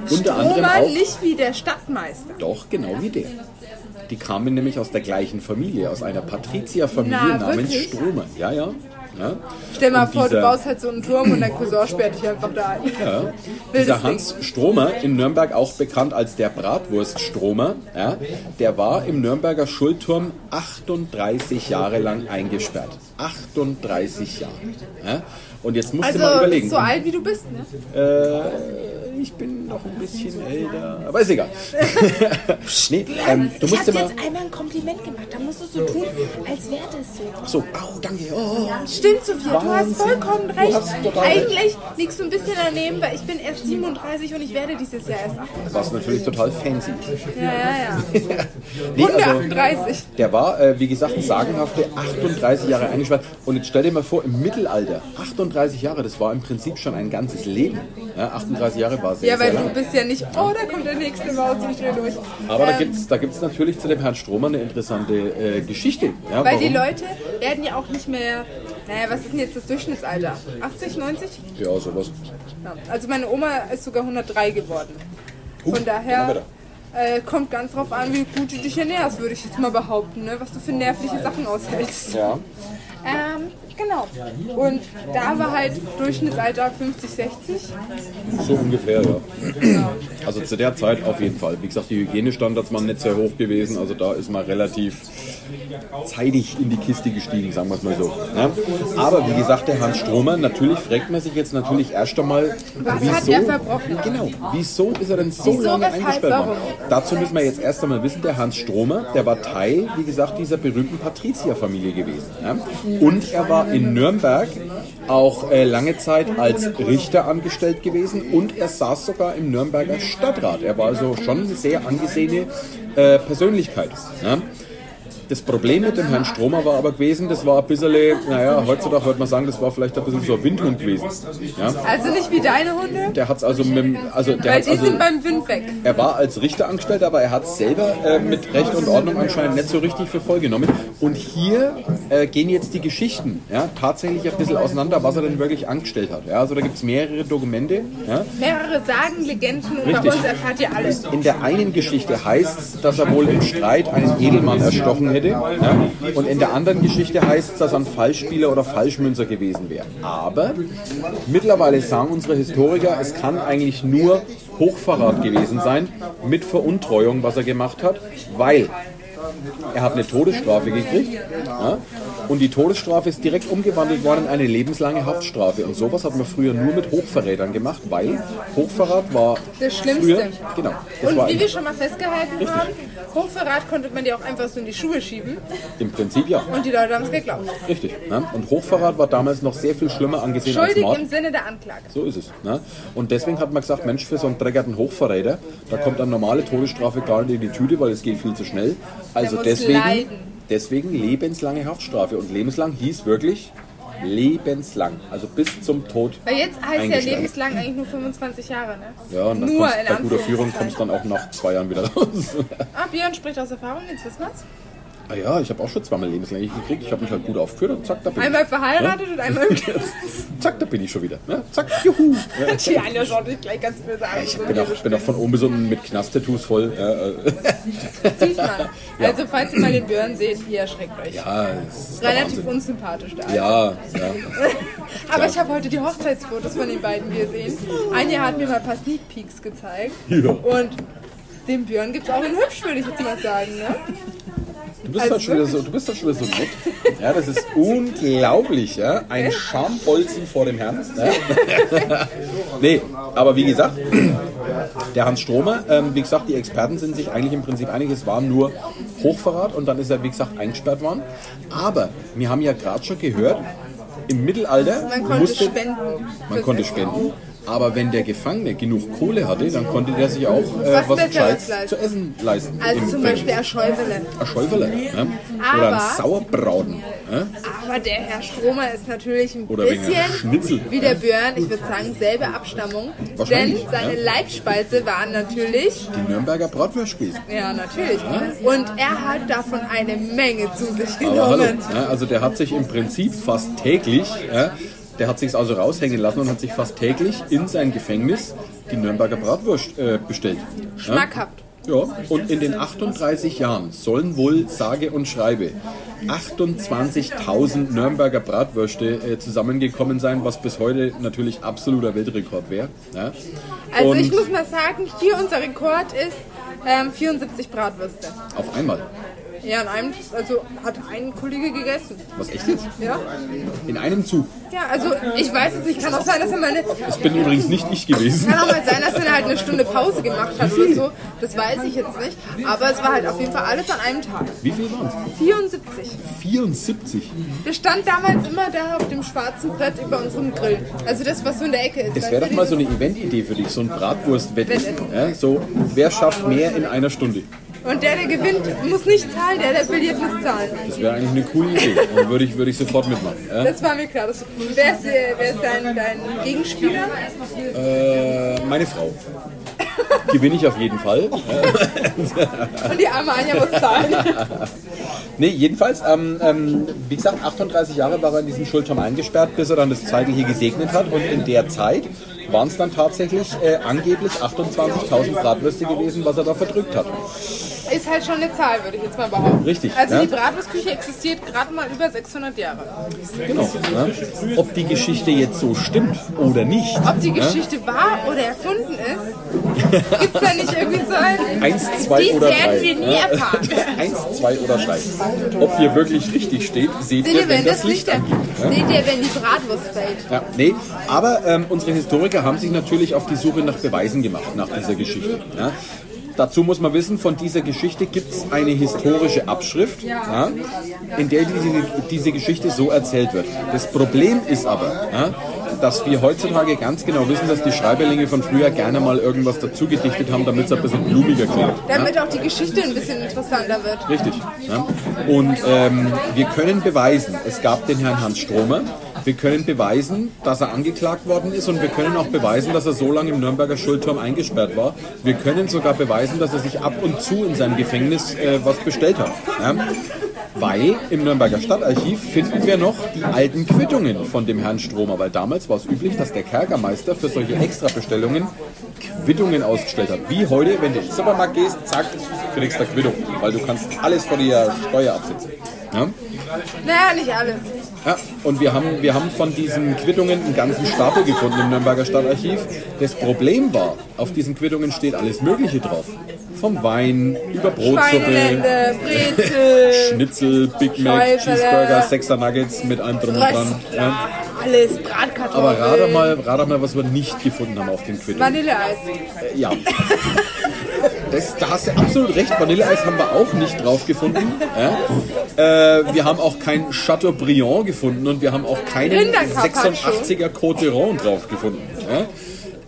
Unter anderem Roman auch nicht wie der Stadtmeister. doch, genau wie der. Die kamen nämlich aus der gleichen Familie, aus einer Patrizierfamilie Na, namens wirklich? Stromer. Ja, ja. ja. Stell mal Und vor, du dieser- baust halt so einen Turm und dein Cousin sperrt dich einfach da ein. Ja. Wildes Dieser Ding. Hans Stromer, in Nürnberg auch bekannt als der Bratwurst-Stromer, ja, der war im Nürnberger Schuldturm 38 Jahre lang eingesperrt. 38 Jahre. Ja. Und jetzt musst du mal Also, überlegen. so alt wie du bist, ne? Äh, ich bin noch ein bisschen älter. Aber (laughs) ist egal. nee, ähm, du Ich musst dir habe mal. jetzt einmal ein Kompliment gemacht. Da musst du so tun, als wäre das so. Ach so, au, danke. Oh. Stimmt, Sophia, du hast Wahnsinn. vollkommen Du recht. hast total recht. Eigentlich liegst du ein bisschen daneben, weil ich bin erst 37 und ich werde dieses Jahr erst 38. Was natürlich total fancy. Ja, ja, Nee, ja. 138. Der war, äh, wie gesagt, sagenhafte 38 Jahre eingesperrt. Und jetzt stell dir mal vor, im Mittelalter, 38 Jahre, das war im Prinzip schon ein ganzes Leben. Ja, 38 Jahre war sehr, Ja, weil sehr du lang. bist ja nicht, oh, da kommt der nächste Maut zum Schnell durch. Aber da Ähm, gibt es da gibt's natürlich zu dem Herrn Stromer eine interessante äh, Geschichte. Ja, Weil die warum? Leute werden ja auch nicht mehr, naja, was ist denn jetzt das Durchschnittsalter? 80, 90? Ja, sowas. Ja. Also meine Oma ist sogar 103 geworden. Huh, Von haben wir daher da. äh, kommt ganz drauf an, wie gut du dich ernährst, würde ich jetzt mal behaupten, ne? was du für nervliche Sachen aushältst. Ja. Ähm, genau. Und da war halt Durchschnittsalter 50, 60. So ungefähr, ja. Also zu der Zeit auf jeden Fall. Wie gesagt, die Hygienestandards waren nicht sehr hoch gewesen. Also da ist man relativ zeitig in die Kiste gestiegen, sagen wir es mal so. Ne? Aber wie gesagt, der Hans Stromer, natürlich fragt man sich jetzt natürlich erst einmal, Was wieso, hat der verbrochen? Genau, wieso ist er denn so Wieso, lange weshalb, eingesperrt worden? warum? Dazu müssen wir jetzt erst einmal wissen, der Hans Stromer, der war Teil, wie gesagt, dieser berühmten Patrizierfamilie gewesen. Ja? Und er war in Nürnberg auch äh, lange Zeit als Richter angestellt gewesen und er saß sogar im Nürnberger Stadtrat. Er war also schon eine sehr angesehene äh, Persönlichkeit. Ja? Das Problem mit dem Herrn Stromer war aber gewesen, das war ein bisschen, naja, heutzutage würde man sagen, das war vielleicht ein bisschen so ein Windhund gewesen. Ja? Also nicht wie deine Hunde, Der hat's also mit, dem- also der weil hat's die also sind beim Wind weg. er war als Richter angestellt, aber er hat es selber äh, mit Recht und Ordnung anscheinend nicht so richtig für voll genommen. Und hier äh, gehen jetzt die Geschichten ja, tatsächlich ein bisschen auseinander, was er denn wirklich angestellt hat. Ja, also da gibt es mehrere Dokumente. Ja. Mehrere Sagen, Legenden und bei Richtig. uns erfahrt ihr alles. In der einen Geschichte heißt es, dass er wohl im Streit einen Edelmann erstochen hätte. Ja? Und in der anderen Geschichte heißt es, dass er ein Falschspieler oder Falschmünzer gewesen wäre. Aber mittlerweile sagen unsere Historiker, es kann eigentlich nur Hochverrat gewesen sein, mit Veruntreuung, was er gemacht hat, weil er hat eine Todesstrafe gekriegt. Ja? Und die Todesstrafe ist direkt umgewandelt worden in eine lebenslange Haftstrafe. Und sowas hat man früher nur mit Hochverrätern gemacht, weil Hochverrat war Das Schlimmste. Früher, genau. Das Und war wie im- wir schon mal festgehalten haben, Hochverrat konnte man dir auch einfach so in die Schuhe schieben Im Prinzip ja. und die Leute haben es geglaubt. Richtig. Ne? Und Hochverrat war damals noch sehr viel schlimmer angesehen Schuldig als im Mord. Sinne der Anklage. So ist es. Ne? Und deswegen hat man gesagt, Mensch, für so einen dreckerten Hochverräter, da kommt eine normale Todesstrafe gar nicht in die Tüte, weil es geht viel zu schnell. Also muss deswegen, leiden. deswegen lebenslange Haftstrafe. Und lebenslang hieß wirklich lebenslang. Also bis zum Tod. Weil jetzt heißt ja eingesperrt. lebenslang eigentlich nur 25 Jahre, ne? Ja, und dann nur in kommst, bei guter Anführungszeichen. Führung kommst dann auch nach zwei Jahren wieder (laughs) raus. Ah, Björn spricht aus Erfahrung, jetzt wissen wir's. ah ja, ich habe auch schon zweimal lebenslang gekriegt. Ich habe mich halt gut aufgeführt und zack, da bin ich. Einmal verheiratet und (laughs) einmal im Kind. Zack, da bin ich schon wieder. Ne? Zack, (laughs) juhu. Ja. Die Anja schaut dich gleich ganz böse an. Ich bin auch, bin auch von oben bis unten mit Knast-Tattoos voll. Ja, äh, (laughs) Sieht man. Also, falls ihr mal den Björn seht, ihr erschreckt euch. ja, ah, das ist der Relativ Wahnsinn. unsympathisch da. Ja, ja. Aber ich habe heute die Hochzeitsfotos von den beiden gesehen. Anja hat mir mal ein paar Sneak Peeks gezeigt. Ja. Und dem Björn gibt es auch in hübsch, würde ich jetzt mal sagen. Ne? Du bist, halt schon wieder so, du bist halt schon wieder so nett. Ja, das ist unglaublich, ja. Ein (laughs) Schambolzen vor dem Herrn. Ja. nee, aber wie gesagt, Der Hans Strohmer, ähm, wie gesagt, die Experten sind sich eigentlich im Prinzip einig, es war nur Hochverrat und dann ist er, wie gesagt, eingesperrt worden. Aber wir haben ja gerade schon gehört, im Mittelalter Man konnte musste, spenden. man konnte spenden. Aber wenn der Gefangene genug Kohle hatte, dann konnte der sich auch äh, Was was Besseres Gescheites leisten. zu essen leisten. Also im zum Gefängnis. Beispiel Herr Schäuble. Ein Schäufele, ne? Oder ein Aber- Sauerbraten. Ne? Aber der Herr Stromer ist natürlich ein Oder wegen bisschen einem Schnitzel. wie der Björn. Ich würde sagen, selbe Abstammung. Denn Wahrscheinlich, seine ja. Leibspeise war natürlich Die Nürnberger Bratwurstspieß. Ja, natürlich. Und er hat davon eine Menge zu sich Aber hallo, genommen. ne? also der hat sich im Prinzip fast täglich, ja, der hat sich also raushängen lassen und hat sich fast täglich in sein Gefängnis die Nürnberger Bratwurst äh, bestellt. Schmackhaft. Ja, und in den 38 Jahren sollen wohl sage und schreibe 28.000 Nürnberger Bratwürste äh, zusammengekommen sein, was bis heute natürlich absoluter Weltrekord wäre. Ja. Also und ich muss mal sagen, hier unser Rekord ist ähm, 74 Bratwürste. auf einmal. Ja, in einem, also hat ein Kollege gegessen. Was echt jetzt? Ja, In einem Zug. ja also ich weiß es nicht, kann auch sein, dass er mal eine, Das bin übrigens nicht ich gewesen. kann auch mal sein, dass er halt eine Stunde Pause gemacht hat oder so. Das weiß ich jetzt nicht. Aber es war halt auf jeden Fall alles an einem Tag. Wie viel waren es? 74. 74. Das stand damals immer da auf dem schwarzen Brett über unserem Grill. Also das, was so in der Ecke ist. Es weißt wäre du, doch mal dieses- so eine Event-Idee für dich, so ein Bratwurst-Wettessen. Wettessen. Ja, so, wer schafft mehr in einer Stunde? Und der, der gewinnt, muss nicht zahlen, der, der verliert, muss zahlen. Das wäre eigentlich eine coole Idee. Dann würde ich, würde ich sofort mitmachen. Ja? Das war mir klar. Das wer ist, äh, wer ist dein, dein Gegenspieler? Äh, meine Frau. Gewinne ich auf jeden Fall. Und die arme Anja muss zahlen. Nee, jedenfalls, ähm, ähm, wie gesagt, 38 Jahre war er in diesem Schulturm eingesperrt, bis er dann das Zeichen hier gesegnet hat. Und in der Zeit waren es dann tatsächlich äh, angeblich 28.000 Bratwürste gewesen, was er da verdrückt hat. (laughs) Ist halt schon eine Zahl, würde ich jetzt mal behaupten. Richtig, Also ja. die Bratwurstküche existiert gerade mal über 600 Jahre. Genau. Ne? Ob die Geschichte jetzt so stimmt oder nicht. Ob die Geschichte wahr oder erfunden ist, (laughs) gibt es da nicht irgendwie so ein... Eins, zwei Dies oder drei. werden wir nie ne? erfahren. (laughs) Eins, zwei oder drei. Ob hier wirklich richtig steht, seht Seht ihr, ihr, wenn das Licht angeht. angeht? Seht ihr, wenn die Bratwurst fällt? Ja, nee, aber ähm, unsere Historiker haben sich natürlich auf die Suche nach Beweisen gemacht, nach dieser Geschichte. Ja. Dazu muss man wissen, von dieser Geschichte gibt es eine historische Abschrift, ja, in der diese, diese Geschichte so erzählt wird. Das Problem ist aber, ja, dass wir heutzutage ganz genau wissen, dass die Schreiberlinge von früher gerne mal irgendwas dazu gedichtet haben, damit es ein bisschen blumiger klingt. Ja. Damit auch die Geschichte ein bisschen interessanter wird. Richtig. Ja. Und ähm, wir können beweisen, es gab den Herrn Hans Stromer. Wir können beweisen, dass er angeklagt worden ist und wir können auch beweisen, dass er so lange im Nürnberger Schulturm eingesperrt war. Wir können sogar beweisen, dass er sich ab und zu in seinem Gefängnis äh, was bestellt hat. Ja. Weil im Nürnberger Stadtarchiv finden wir noch die alten Quittungen von dem Herrn Stromer, weil damals war es üblich, dass der Kerkermeister für solche Extrabestellungen Quittungen ausgestellt hat. Wie heute, wenn du in den Supermarkt gehst, zack, kriegst du eine Quittung, weil du kannst alles von der Steuer absetzen. Ja? Naja, nicht alles. Ja, und wir haben, wir haben von diesen Quittungen einen ganzen Stapel gefunden im Nürnberger Stadtarchiv. Das Problem war, auf diesen Quittungen steht alles Mögliche drauf. Vom Wein über Brotsuppe, Schweinelende, (laughs) Brezel, Schnitzel, Big Mac, Schäufele. Cheeseburger, Sechser Nuggets mit allem drum und dran. Ja. Röstler, alles, Bratkartoffeln. Aber rate mal, rate mal, was wir nicht gefunden haben auf den Quittungen. Vanilleeis. Äh, Ja. Das, da hast du absolut recht. Vanilleeis haben wir auch nicht drauf gefunden. Ja. Äh, wir haben auch kein Chateaubriand gefunden und wir haben auch keinen Rindercarpaccio. 86er Coteron drauf gefunden. Ja.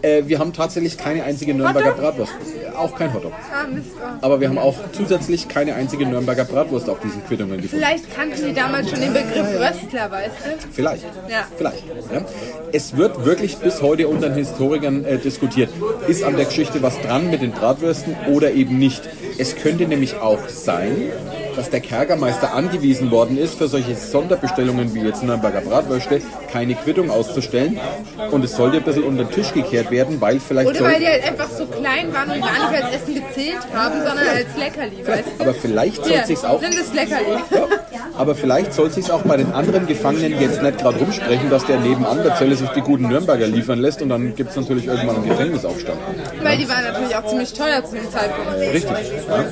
Äh, wir haben tatsächlich keine einzige Nürnberger Bratwurst. Äh, Auch kein Hotdog. Ah, Mist. ah. Aber wir haben auch zusätzlich keine einzige Nürnberger Bratwurst auf diesen Quittungen gefunden. Vielleicht kannten die damals schon den Begriff Röstler, weißt du? Vielleicht. Ja. Vielleicht. Ja. Es wird wirklich bis heute unter den Historikern äh, diskutiert. Ist an der Geschichte was dran mit den Bratwürsten oder eben nicht? Es könnte nämlich auch sein, dass der Kerkermeister angewiesen worden ist, für solche Sonderbestellungen wie jetzt Nürnberger Bratwürste keine Quittung auszustellen. Und es sollte ein bisschen unter den Tisch gekehrt werden, weil vielleicht. Oder soll- weil die halt einfach so klein waren und gar nicht als Essen gezählt haben, sondern als Leckerli, weißt du? aber vielleicht soll sich's auch. sind es Leckerli. Ja. Aber vielleicht soll sich's auch bei den anderen Gefangenen jetzt nicht gerade rumsprechen, dass der nebenan der Zelle sich die guten Nürnberger liefern lässt und dann gibt's natürlich irgendwann einen Gefängnisaufstand. Weil die waren natürlich auch ziemlich teuer zu dem Zeitpunkt. Richtig. Ja.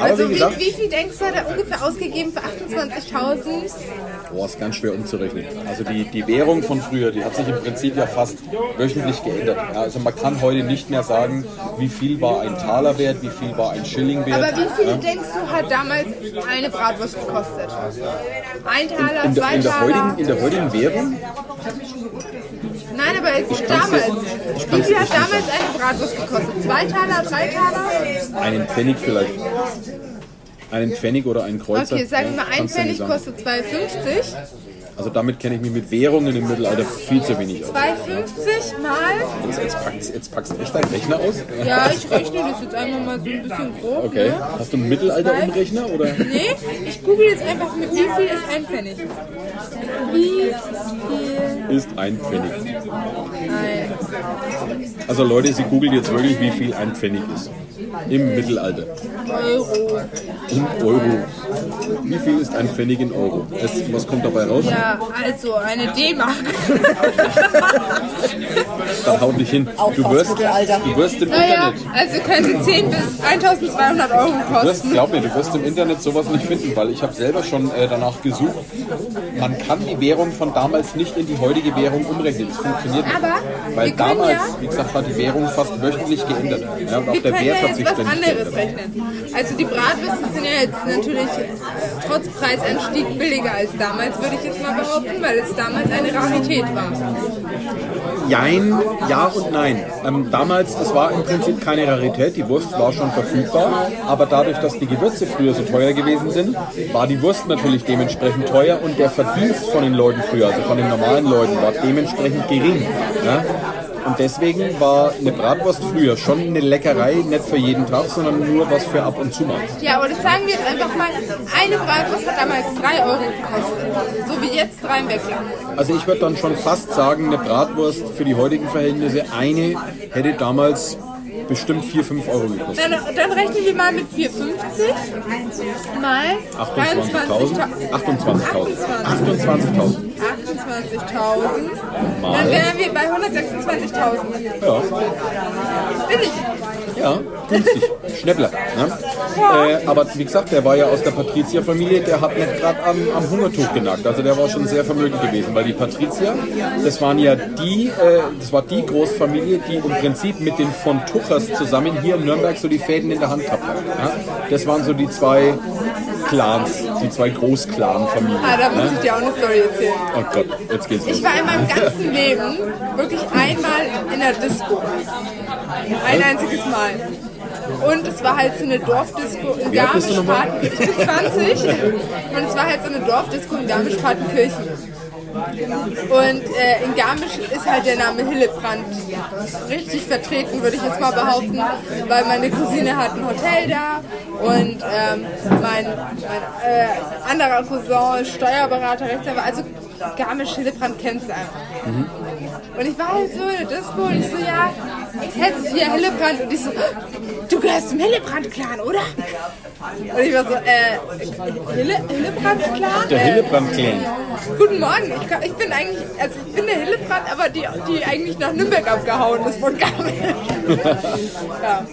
Aber Also wie gesagt, wie, wie viel denkst du, hat er ungefähr ausgegeben für 28.000? Boah, ist ganz schwer umzurechnen. Also die, die Währung von früher, die hat sich im Prinzip ja fast wöchentlich geändert. Ja, also man kann heute nicht mehr sagen, wie viel war ein Taler wert, wie viel war ein Schilling wert. Aber wie ja. viel denkst du, hat damals eine Bratwurst gekostet? Ein Taler, in, der, zwei in, der heutigen, Taler? in der heutigen Währung? Nein, aber jetzt damals. Wie viel hat damals eine Bratwurst gekostet? Zwei Taler, drei Taler? Einen Pfennig vielleicht. Einen Pfennig oder einen Kreuzer. Okay, sagen wir mal, ein ne? Kannst du ja nicht Pfennig sagen. kostet 2,50. Also damit kenne ich mich mit Währungen im Mittelalter viel zu wenig aus. 2,50 mal. Jetzt, jetzt, packst, jetzt packst du echt deinen Rechner aus? Ja, ich rechne das jetzt einfach mal so ein bisschen grob. (laughs) Okay. Ne? Hast du einen Mittelalter-Umrechner oder? Nee, ich google jetzt einfach mit, wie viel ist ein Pfennig? Wie viel? ist ein Pfennig. Also Leute, sie googelt jetzt wirklich, wie viel ein Pfennig ist. Im Mittelalter. Euro. In Euro. Wie viel ist ein Pfennig in Euro? Das, was kommt dabei raus? Ja, also eine D-Mark. Dann hau dich hin. Du wirst, du wirst (laughs) im Naja, Internet. also könnte 10 bis 1200 Euro Du wirst, kosten. glaub mir, du wirst im Internet sowas nicht finden, weil ich habe selber schon äh, danach gesucht. Man kann die Währung von damals nicht in die heutige Währung umrechnen. Das funktioniert nicht. Aber weil wir können damals, ja- wie gesagt, war die Währung fast wöchentlich geändert. Ja, und auch Wir der können ja Wert hat jetzt sich was ständig anderes geändert. rechnen. Also die Bratwürste sind ja jetzt natürlich trotz Preisanstieg billiger als damals, würde ich jetzt mal behaupten, weil es damals eine Rarität war. Jein, ja und nein. Ähm, damals, es war im Prinzip keine Rarität, die Wurst war schon verfügbar, aber dadurch, dass die Gewürze früher so teuer gewesen sind, war die Wurst natürlich dementsprechend teuer und der Verdienst von den Leuten früher, also von den normalen Leuten, war dementsprechend gering. Ja? Und deswegen war eine Bratwurst früher schon eine Leckerei, nicht für jeden Tag, sondern nur was für ab und zu mal. Ja, aber das sagen wir jetzt einfach mal, eine Bratwurst hat damals 3 Euro gekostet. So wie jetzt 3 im Wechsel. Also ich würde dann schon fast sagen, eine Bratwurst für die heutigen Verhältnisse, eine hätte damals bestimmt 4, 5 Euro gekostet. Dann, dann rechnen wir mal mit 4,50 mal 28.000. 28.000. 28.000. 28.000. Dann Mal. wären wir bei 126.000. Ja, Billig. ja, günstig. Schnäppler. Ne? Äh, aber wie gesagt, der war ja aus der Patrizierfamilie, der hat nicht gerade am, am Hungertuch genagt. Also der war schon sehr vermögend gewesen, weil die Patrizier, das waren ja die, äh, das war die Großfamilie, die im Prinzip mit den von Tuchers zusammen hier in Nürnberg so die Fäden in der Hand gehabt hat. Ja? Das waren so die zwei Clans, die zwei Großclan-Familien. Ah, da muss ich Ne? dir auch eine Story erzählen. Oh Gott, jetzt geht's los. Ich war in meinem ganzen Leben wirklich einmal in der Disco. Ein einziges Mal. Und es war halt so eine Dorfdisco in Wie alt bist du nochmal? Garmisch-Partenkirchen. Ich bin 20. Und es war halt so eine Dorfdisco in Garmisch-Partenkirchen. Und äh, in Garmisch ist halt der Name Hillebrand richtig vertreten, würde ich jetzt mal behaupten, weil meine Cousine hat ein Hotel da und ähm, mein, mein äh, anderer Cousin ist Steuerberater, Rechtsanwalt, also Garmisch Hillebrand kennst du einfach. Und ich war halt so in der Disco und ich so, ja, herzlich hier Hillebrand. Und ich so, du gehörst zum Hillebrand-Clan, oder? Und ich war so, äh, Hille, Hillebrand-Clan? Der äh, Hillebrand-Clan. Guten Morgen, ich, kann, ich bin eigentlich, also ich bin der Hillebrand, aber die, die eigentlich nach Nürnberg abgehauen ist von Garmisch. (laughs) ja.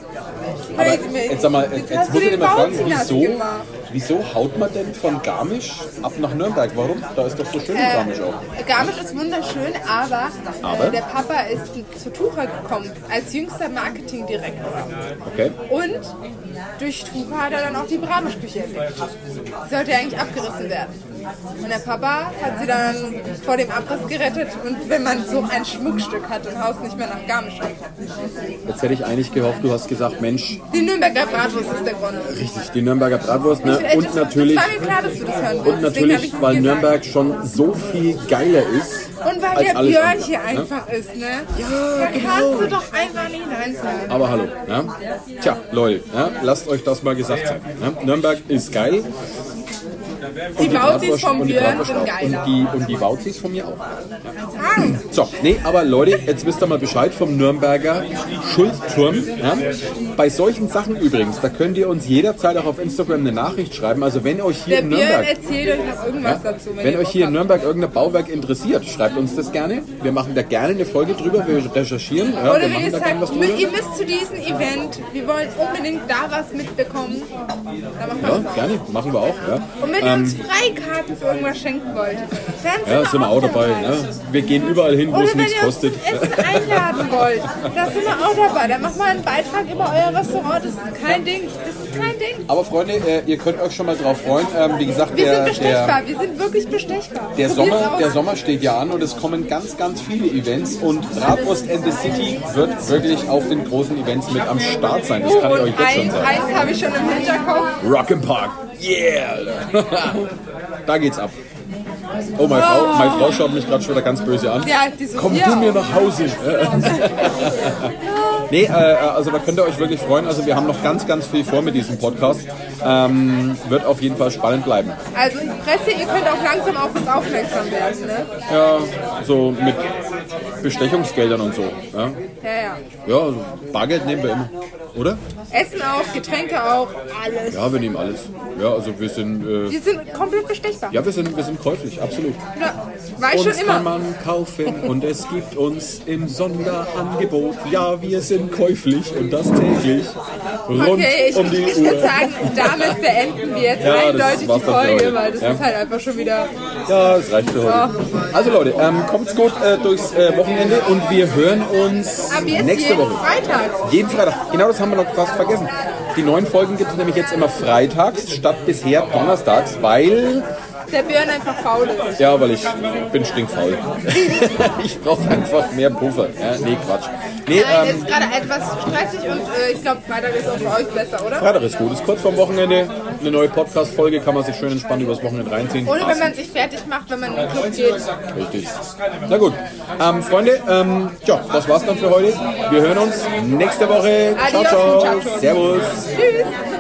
Aber Crazy Mix. jetzt sag mal, jetzt, hast jetzt du muss ich den dir mal fragen, Bauzi nass wieso, gemacht. wieso haut man denn von Garmisch ab nach Nürnberg? Warum? Da ist doch so schön in Äh. Garmisch auch. Garmisch ist wunderschön, aber, Aber? Äh, der Papa ist zu Tucher gekommen, als jüngster Marketingdirektor. Okay. Und durch Tuka hat er dann auch die Brahmischküche entdeckt. Die sollte ja eigentlich abgerissen werden. Und der Papa hat sie dann vor dem Abriss gerettet. Und wenn man so ein Schmuckstück hat und Haus nicht mehr nach Garmisch kommt. Jetzt hätte ich eigentlich gehofft, du hast gesagt, Mensch, Die Nürnberger Bratwurst ist der Grund. richtig, die Nürnberger Bratwurst, ne? Vielleicht Und ist- natürlich, Es äh, war mir klar, dass du das hören willst. und Deswegen hab natürlich, ich's weil dir gesagt. Nürnberg schon so viel geiler ist. Und weil als der alles Björn andere, hier ne? genau. einfach ist, ne? Ja, da kannst du doch einfach nicht nein sagen. Aber hallo, ne? Tja, Leute, ne? lasst euch das mal gesagt sein. Ne? Nürnberg ist geil. Die Bautis Bratwurst vom und die Björn Bratwurst sind auch. geiler. Ah. Und die, und die Bauzis von mir auch. So, nee, aber Leute, jetzt wisst ihr mal Bescheid vom Nürnberger Schuldturm. Ja? Bei solchen Sachen übrigens, da könnt ihr uns jederzeit auch auf Instagram eine Nachricht schreiben. Also wenn euch hier Der in Björn Nürnberg... erzählt euch noch irgendwas Ja? dazu. Wenn, ihr euch Bock hier in habt. Nürnberg irgendein Bauwerk interessiert, schreibt uns das gerne. Wir machen da gerne eine Folge drüber. Wir recherchieren. Ja, Oder wir wenn machen ihr da gerne was sagt, mit- ihr drüber. müsst zu diesem Event, wir wollen unbedingt da was mitbekommen, dann machen wir Ja, das auch. gerne. Machen wir auch. Ja. Und wenn ihr uns Freikarten für irgendwas schenken wollt, dann sind, Ja, wir, sind wir auch dabei. Ne? Wir gehen überall hin, wo Oder es wenn nichts ihr uns kostet. zum Essen einladen wollt, da sind wir auch dabei. Dann machen wir einen Beitrag über euer Restaurant. Das ist kein Ding. Das ist kein Ding. Aber Freunde, äh, ihr könnt euch schon mal drauf freuen. Ähm, wie gesagt, Wir sind der, der, bestechbar. Wir sind wirklich bestechbar. der, Probiert's Sommer, aus. der Sommer steht ja an und es kommen ganz, ganz viele Events. Und Bratwurst and the City wird wirklich auf den großen Events mit am Start sein. Das kann ich Oh, euch und jetzt schon eins, sagen. eins habe ich schon im Hinterkopf. Rock and Park. Yeah! (laughs) Alter. da geht's ab. Oh, meine Frau, meine Frau schaut mich gerade schon wieder ganz böse an. Ja, die so, Komm ja. du mir nach Hause. (laughs) nee, äh, also da könnt ihr euch wirklich freuen. Also wir haben noch ganz, ganz viel vor mit diesem Podcast. Ähm, wird auf jeden Fall spannend bleiben. Also Presse, ihr könnt auch langsam auf uns aufmerksam werden. Ne? Ja, so mit Bestechungsgeldern und so. Ja, Ja, ja. ja also Bargeld nehmen wir immer, oder? Essen auch, Getränke auch, alles. Ja, wir nehmen alles. Ja, also wir sind, äh, Wir sind komplett bestechbar. ja, wir sind, wir sind käuflich, absolut. Ja, War ich Ah, schon Uns kann immer. man kaufen und es gibt uns im Sonderangebot. Ja, wir sind käuflich und das täglich. Rund Okay, ich, um die ich, ich Uhr. würde sagen, damit beenden wir jetzt Ja, das eindeutig die war's dann für Folge, heute. weil das Ja. ist halt einfach schon wieder. Ja, das reicht für heute. Also Leute, ähm, kommt's gut äh, durchs äh, Wochenende und wir hören uns Ab jetzt nächste jeden Woche. Freitag. Jeden Freitag. Genau das haben wir noch fast vergessen. Die neuen Folgen gibt es nämlich jetzt immer freitags statt bisher donnerstags, weil Der Björn einfach faul ist. Ja, weil ich bin stinkfaul. (laughs) ich brauche einfach mehr Puffer. Ja, nee, Quatsch. Nee, Nein, ähm, ist gerade etwas stressig und äh, ich glaube, Freitag ist auch für euch besser, oder? Freitag ist gut. Ist kurz vorm Wochenende. Eine neue Podcast-Folge kann man sich schön entspannt übers Wochenende reinziehen. Oder wenn Passt. man sich fertig macht, wenn man in den Club geht. Richtig. Na gut. Ähm, Freunde, ähm, ja, das war's dann für heute. Wir hören uns nächste Woche. Ciao, Adios, ciao. muchachos. Servus. Tschüss!